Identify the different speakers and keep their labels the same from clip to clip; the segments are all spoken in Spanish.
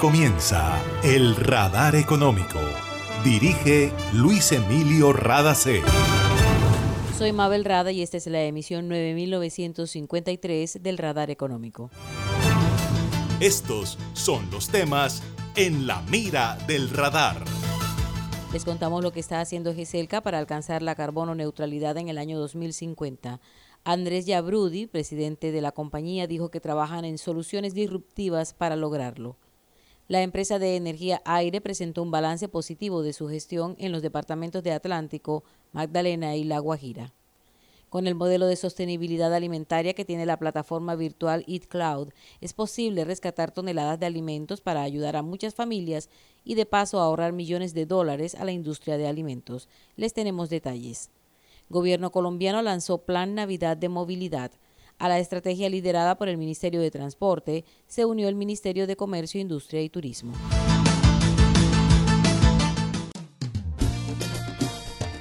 Speaker 1: comienza El Radar Económico. Dirige Luis Emilio Radacé.
Speaker 2: Soy Mabel Rada y esta es la emisión 9953 del Radar Económico.
Speaker 1: Estos son los temas en la mira del radar.
Speaker 2: Les contamos lo que está haciendo GESELCA para alcanzar la carbono neutralidad en el año 2050. Andrés Yabrudi, presidente de la compañía, dijo que trabajan en soluciones disruptivas para lograrlo. La empresa de energía Aire presentó un balance positivo de su gestión en los departamentos de Atlántico, Magdalena y La Guajira. Con el modelo de sostenibilidad alimentaria que tiene la plataforma virtual Eat Cloud, es posible rescatar toneladas de alimentos para ayudar a muchas familias y de paso ahorrar millones de dólares a la industria de alimentos. Les tenemos detalles gobierno colombiano lanzó Plan Navidad de Movilidad. A la estrategia liderada por el Ministerio de Transporte se unió el Ministerio de Comercio, Industria y Turismo.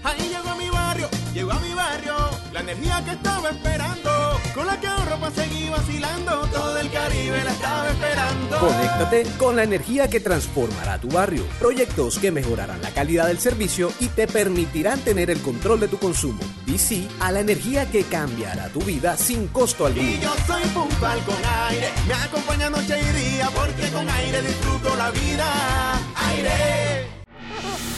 Speaker 3: Ahí llegó mi barrio, llegó a mi barrio, la energía que estaba esperando, con la que ahorro para seguir vacilando, todo el Caribe la estaba esperando.
Speaker 4: Conéctate con la energía que transformará tu barrio, proyectos que mejorarán la calidad del servicio y te permitirán tener el control de tu consumo. Y sí, a la energía que cambiará tu vida sin costo
Speaker 3: Y
Speaker 4: alguno.
Speaker 3: yo soy puntual con aire, me acompaña noche y día, porque con aire disfruto la vida. Aire.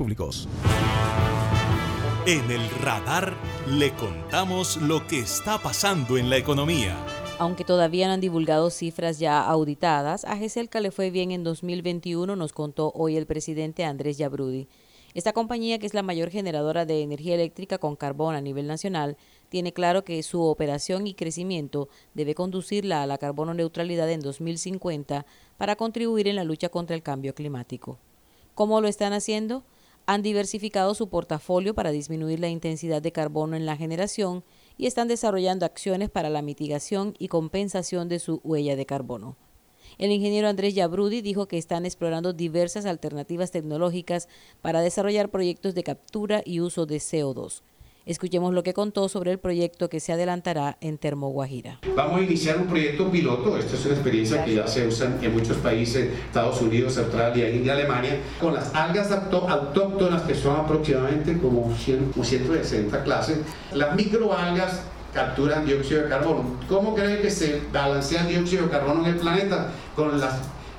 Speaker 5: Públicos.
Speaker 1: En el radar le contamos lo que está pasando en la economía.
Speaker 2: Aunque todavía no han divulgado cifras ya auditadas, a GESELCA le fue bien en 2021, nos contó hoy el presidente Andrés Yabrudi. Esta compañía, que es la mayor generadora de energía eléctrica con carbón a nivel nacional, tiene claro que su operación y crecimiento debe conducirla a la carbono neutralidad en 2050 para contribuir en la lucha contra el cambio climático. ¿Cómo lo están haciendo? Han diversificado su portafolio para disminuir la intensidad de carbono en la generación y están desarrollando acciones para la mitigación y compensación de su huella de carbono. El ingeniero Andrés Yabrudi dijo que están explorando diversas alternativas tecnológicas para desarrollar proyectos de captura y uso de CO2. Escuchemos lo que contó sobre el proyecto que se adelantará en Termoguajira.
Speaker 6: Vamos a iniciar un proyecto piloto, esta es una experiencia que ya se usa en muchos países, Estados Unidos, Australia, India, Alemania, con las algas auto- autóctonas que son aproximadamente como 100 o 160 clases. Las microalgas capturan dióxido de carbono. ¿Cómo creen que se balancea el dióxido de carbono en el planeta? Con las,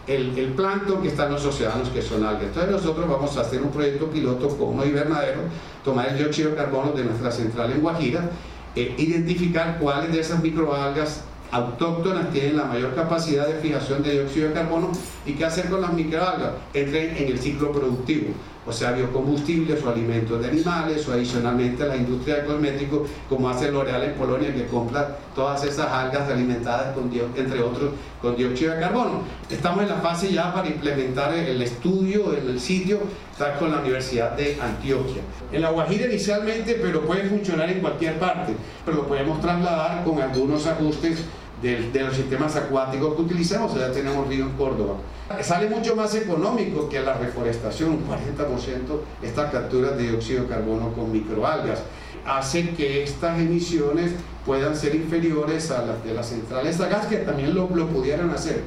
Speaker 6: el, el plancton que están en los océanos, que son algas. Entonces nosotros vamos a hacer un proyecto piloto con un invernadero, tomar el dióxido de carbono de nuestra central en Guajira eh, identificar cuáles de esas microalgas autóctonas tienen la mayor capacidad de fijación de dióxido de carbono y qué hacer con las microalgas. Entren en el ciclo productivo, o sea, biocombustibles o alimentos de animales o adicionalmente la industria de cosméticos, como hace L'Oreal en Polonia, que compra todas esas algas alimentadas, con dió- entre otros, con dióxido de carbono. Estamos en la fase ya para implementar el estudio en el sitio, está con la Universidad de Antioquia. En La Guajira inicialmente, pero puede funcionar en cualquier parte, pero lo podemos trasladar con algunos ajustes del- de, los sistemas acuáticos que utilizamos, ya tenemos río en Córdoba. Sale mucho más económico que la reforestación, un 40% estas capturas de dióxido de carbono con microalgas. Hace que estas emisiones puedan ser inferiores a las de las centrales a gas, que también lo, lo pudieran hacer.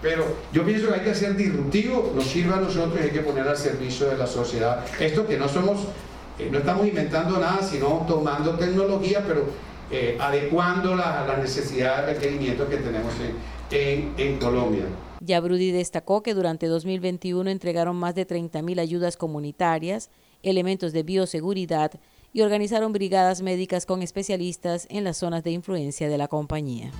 Speaker 6: Pero yo pienso que hay que ser disruptivo, nos sirve a nosotros y hay que poner al servicio de la sociedad. Esto que no somos eh, no estamos inventando nada, sino tomando tecnología, pero eh, adecuándola a las necesidades y requerimientos que tenemos en, en- en Colombia.
Speaker 2: Yabrudi destacó que durante 2021 entregaron más de 30.000 ayudas comunitarias, elementos de bioseguridad y organizaron brigadas médicas con especialistas en las zonas de influencia de la compañía.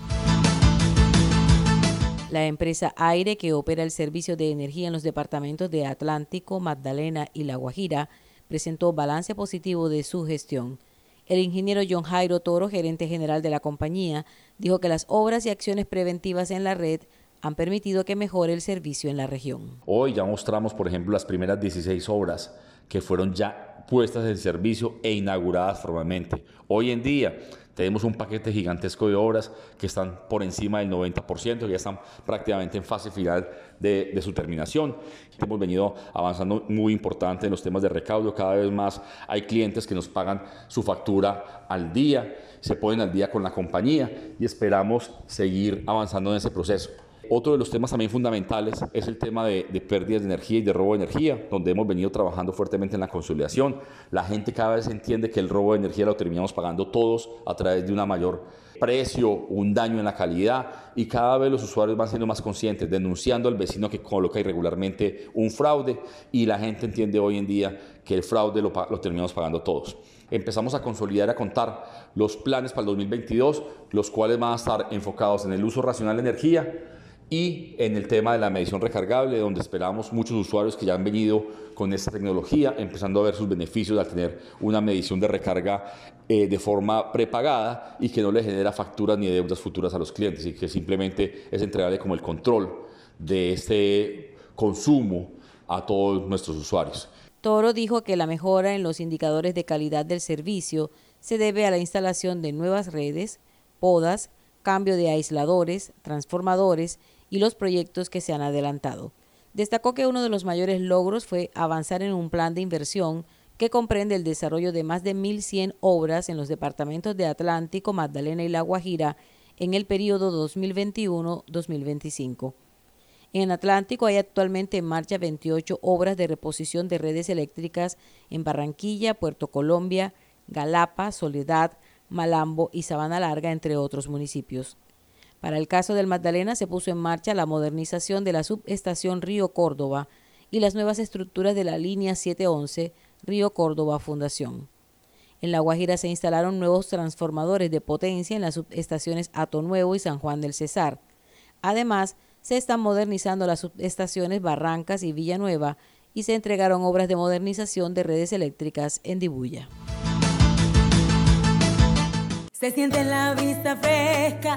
Speaker 2: La empresa Aire, que opera el servicio de energía en los departamentos de Atlántico, Magdalena y La Guajira, presentó balance positivo de su gestión. El ingeniero John Jairo Toro, gerente general de la compañía, dijo que las obras y acciones preventivas en la red han permitido que mejore el servicio en la región.
Speaker 7: Hoy ya mostramos, por ejemplo, las primeras 16 obras que fueron ya puestas en servicio e inauguradas formalmente. Hoy en día tenemos un paquete gigantesco de obras que están por encima del 90%, que ya están prácticamente en fase final de, de, su terminación. Hemos venido avanzando muy importante en los temas de recaudo, cada vez más hay clientes que nos pagan su factura al día, se ponen al día con la compañía y esperamos seguir avanzando en ese proceso. Otro de los temas también fundamentales es el tema de, de, pérdidas de energía y de robo de energía, donde hemos venido trabajando fuertemente en la consolidación. La gente cada vez entiende que el robo de energía lo terminamos pagando todos a través de una mayor precio, un daño en la calidad y cada vez los usuarios van siendo más conscientes, denunciando al vecino que coloca irregularmente un fraude y la gente entiende hoy en día que el fraude lo, lo terminamos pagando todos empezamos a consolidar, a contar los planes para el 2022, los cuales van a estar enfocados en el uso racional de energía y en el tema de la medición recargable, donde esperamos muchos usuarios que ya han venido con esta tecnología, empezando a ver sus beneficios al tener una medición de recarga eh, de forma prepagada y que no le genera facturas ni deudas futuras a los clientes, y que simplemente es entregarle como el control de este consumo a todos nuestros usuarios.
Speaker 2: Toro dijo que la mejora en los indicadores de calidad del servicio se debe a la instalación de nuevas redes, podas, cambio de aisladores, transformadores y los proyectos que se han adelantado. Destacó que uno de los mayores logros fue avanzar en un plan de inversión que comprende el desarrollo de más de 1.100 obras en los departamentos de Atlántico, Magdalena y La Guajira en el periodo 2021-2025. En Atlántico hay actualmente en marcha 28 obras de reposición de redes eléctricas en Barranquilla, Puerto Colombia, Galapa, Soledad, Malambo y Sabana Larga, entre otros municipios. Para el caso del Magdalena se puso en marcha la modernización de la subestación Río Córdoba y las nuevas estructuras de la línea 711 Río Córdoba Fundación. En La Guajira se instalaron nuevos transformadores de potencia en las subestaciones Ato Nuevo y San Juan del Cesar. Además, se están modernizando las subestaciones Barrancas y Villanueva y se entregaron obras de modernización de redes eléctricas en Dibuya.
Speaker 8: Se siente en la vista fresca,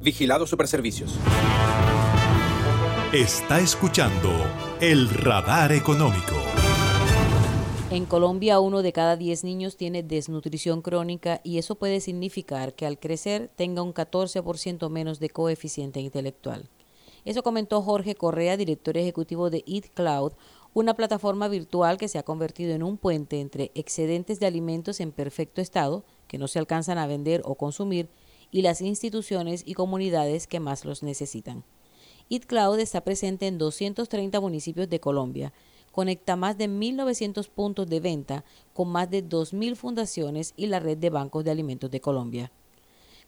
Speaker 9: Vigilado Superservicios.
Speaker 1: Está escuchando El Radar Económico.
Speaker 2: En Colombia, uno de cada 10 niños tiene desnutrición crónica y eso puede significar que al crecer tenga un 14% menos de coeficiente intelectual. Eso comentó Jorge Correa, director ejecutivo de Eat Cloud, una plataforma virtual que se ha convertido en un puente entre excedentes de alimentos en perfecto estado, que no se alcanzan a vender o consumir, y las instituciones y comunidades que más los necesitan. Eat Cloud está presente en 230 municipios de Colombia, conecta más de 1.900 puntos de venta con más de 2.000 fundaciones y la red de bancos de alimentos de Colombia.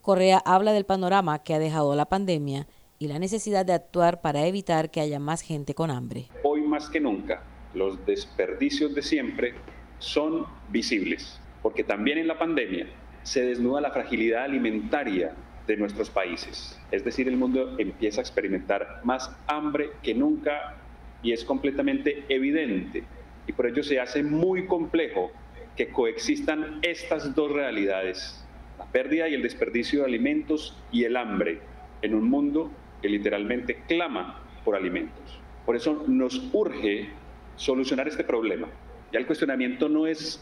Speaker 2: Correa habla del panorama que ha dejado la pandemia y la necesidad de actuar para evitar que haya más gente con hambre.
Speaker 10: Hoy más que nunca, los desperdicios de siempre son visibles, porque también en la pandemia se desnuda la fragilidad alimentaria de nuestros países. Es decir, el mundo empieza a experimentar más hambre que nunca y es completamente evidente. Y por ello se hace muy complejo que coexistan estas dos realidades, la pérdida y el desperdicio de alimentos y el hambre, en un mundo que literalmente clama por alimentos. Por eso nos urge solucionar este problema. Ya el cuestionamiento no es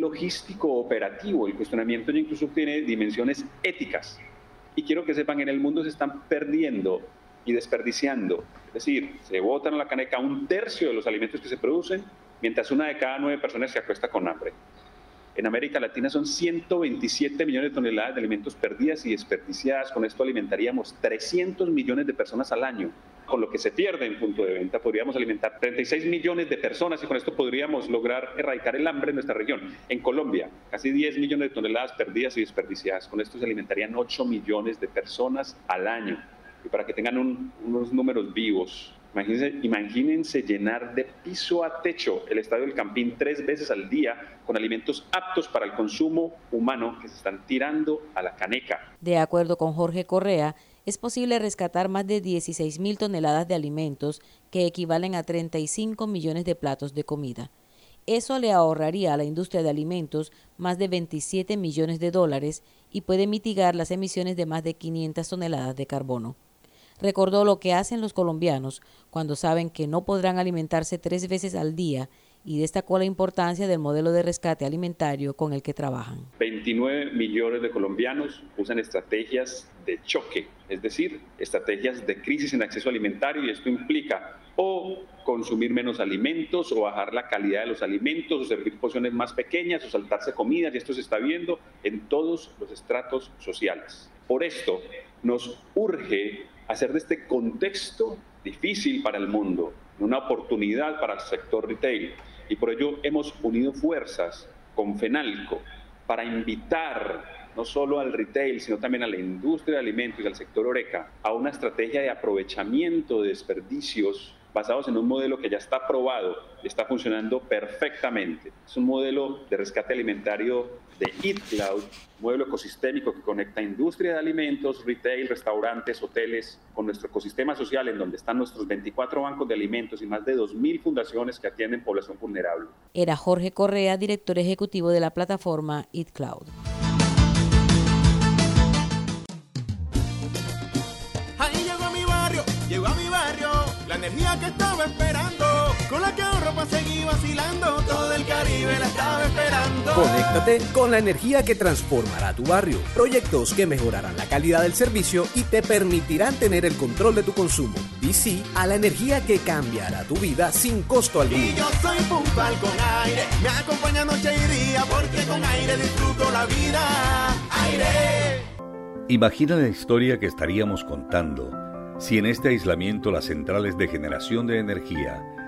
Speaker 10: logístico operativo, el cuestionamiento ya incluso tiene dimensiones éticas. Y quiero que sepan, en el mundo se están perdiendo y desperdiciando. Es decir, se botan a la caneca un tercio de los alimentos que se producen, mientras una de cada nueve personas se acuesta con hambre. En América Latina son 127 millones de toneladas de alimentos perdidas y desperdiciadas. Con esto alimentaríamos 300 millones de personas al año. Con lo que se pierde en punto de venta, podríamos alimentar 36 millones de personas y con esto podríamos lograr erradicar el hambre en nuestra región. En Colombia, casi 10 millones de toneladas perdidas y desperdiciadas. Con esto se alimentarían 8 millones de personas al año. Y para que tengan un- unos números vivos, Imagínense, imagínense llenar de piso a techo el estadio del Campín tres veces al día con alimentos aptos para el consumo humano que se están tirando a la caneca.
Speaker 2: De acuerdo con Jorge Correa, es posible rescatar más de 16.000 toneladas de alimentos que equivalen a 35 millones de platos de comida. Eso le ahorraría a la industria de alimentos más de 27 millones de dólares y puede mitigar las emisiones de más de 500 toneladas de carbono. Recordó lo que hacen los colombianos cuando saben que no podrán alimentarse tres veces al día y destacó la importancia del modelo de rescate alimentario con el que trabajan.
Speaker 10: 29 millones de colombianos usan estrategias de choque, es decir, estrategias de crisis en acceso alimentario y esto implica o consumir menos alimentos o bajar la calidad de los alimentos o servir porciones más pequeñas o saltarse comidas y esto se está viendo en todos los estratos sociales. Por esto nos urge hacer de este contexto difícil para el mundo una oportunidad para el sector retail y por ello hemos unido fuerzas con FENALCO para invitar no solo al retail, sino también a la industria de alimentos y al sector Oreca a una estrategia de aprovechamiento de desperdicios basados en un modelo que ya está probado, está funcionando perfectamente. Es un modelo de rescate alimentario de Eat Cloud, un modelo ecosistémico que conecta industria de alimentos, retail, restaurantes, hoteles, con nuestro ecosistema social en donde están nuestros 24 bancos de alimentos y más de 2.000 fundaciones que atienden población vulnerable.
Speaker 2: Era Jorge Correa, director ejecutivo de la plataforma Eat Cloud.
Speaker 3: Ahí llegó a mi barrio, llegó a mi barrio La energía que estaba esperando Con la que ahorro para seguir vacilando Todo el Caribe la estaba esperando
Speaker 4: Conéctate con la energía que transformará tu barrio, proyectos que mejorarán la calidad del servicio y te permitirán tener el control de tu consumo. DC a la energía que cambiará tu vida sin costo
Speaker 3: Y
Speaker 4: alguno.
Speaker 3: yo soy puntual con aire Me acompaña noche y día Porque con aire disfruto la vida Aire
Speaker 9: Imagina la historia que estaríamos contando si en este aislamiento las centrales de generación de energía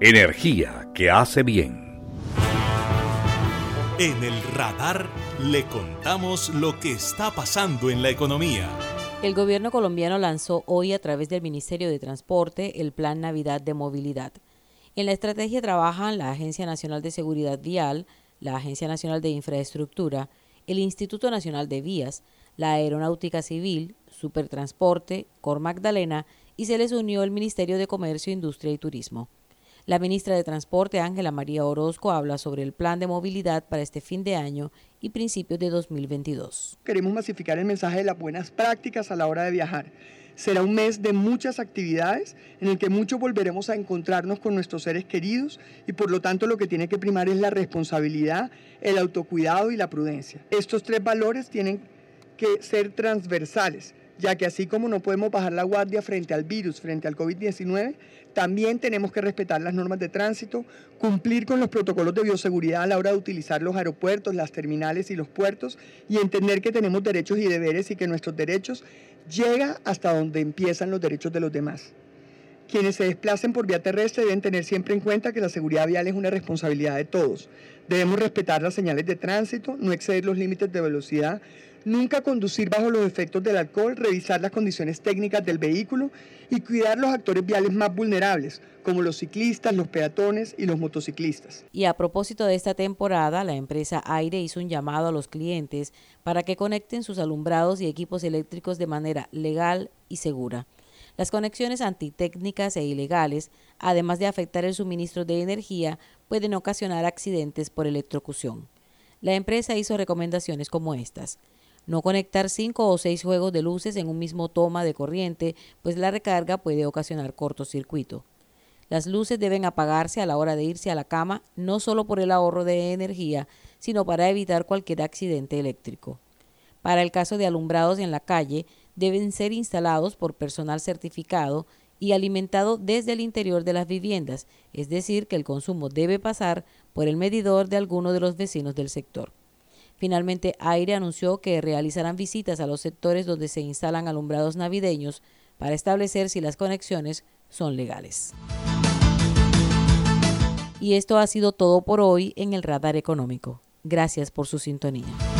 Speaker 9: energía que hace bien.
Speaker 1: En el radar le contamos lo que está pasando en la economía.
Speaker 2: El gobierno colombiano lanzó hoy a través del Ministerio de Transporte el Plan Navidad de Movilidad. En la estrategia trabajan la Agencia Nacional de Seguridad Vial, la Agencia Nacional de Infraestructura, el Instituto Nacional de Vías, la Aeronáutica Civil, Supertransporte, Cor Magdalena y se les unió el Ministerio de Comercio, Industria y Turismo. La ministra de Transporte, Ángela María Orozco, habla sobre el plan de movilidad para este fin de año y principios de 2022.
Speaker 11: Queremos masificar el mensaje de las buenas prácticas a la hora de viajar. Será un mes de muchas actividades en el que muchos volveremos a encontrarnos con nuestros seres queridos y por lo tanto lo que tiene que primar es la responsabilidad, el autocuidado y la prudencia. Estos tres valores tienen que ser transversales, ya que así como no podemos bajar la guardia frente al virus, frente al COVID-19, también tenemos que respetar las normas de tránsito, cumplir con los protocolos de bioseguridad a la hora de utilizar los aeropuertos, las terminales y los puertos y entender que tenemos derechos y deberes y que nuestros derechos llegan hasta donde empiezan los derechos de los demás. Quienes se desplacen por vía terrestre deben tener siempre en cuenta que la seguridad vial es una responsabilidad de todos. Debemos respetar las señales de tránsito, no exceder los límites de velocidad, nunca conducir bajo los efectos del alcohol, revisar las condiciones técnicas del vehículo y cuidar los actores viales más vulnerables, como los ciclistas, los peatones y los motociclistas.
Speaker 2: Y a propósito de esta temporada, la empresa Aire hizo un llamado a los clientes para que conecten sus alumbrados y equipos eléctricos de manera legal y segura. Las conexiones antitécnicas e ilegales, además de afectar el suministro de energía, pueden ocasionar accidentes por electrocución. La empresa hizo recomendaciones como estas. No conectar cinco o seis juegos de luces en un mismo toma de corriente, pues la recarga puede ocasionar cortocircuito. Las luces deben apagarse a la hora de irse a la cama, no solo por el ahorro de energía, sino para evitar cualquier accidente eléctrico. Para el caso de alumbrados en la calle, deben ser instalados por personal certificado y alimentado desde el interior de las viviendas, es decir, que el consumo debe pasar por el medidor de alguno de los vecinos del sector. Finalmente, Aire anunció que realizarán visitas a los sectores donde se instalan alumbrados navideños para establecer si las conexiones son legales. Y esto ha sido todo por hoy en el Radar Económico. Gracias por su sintonía.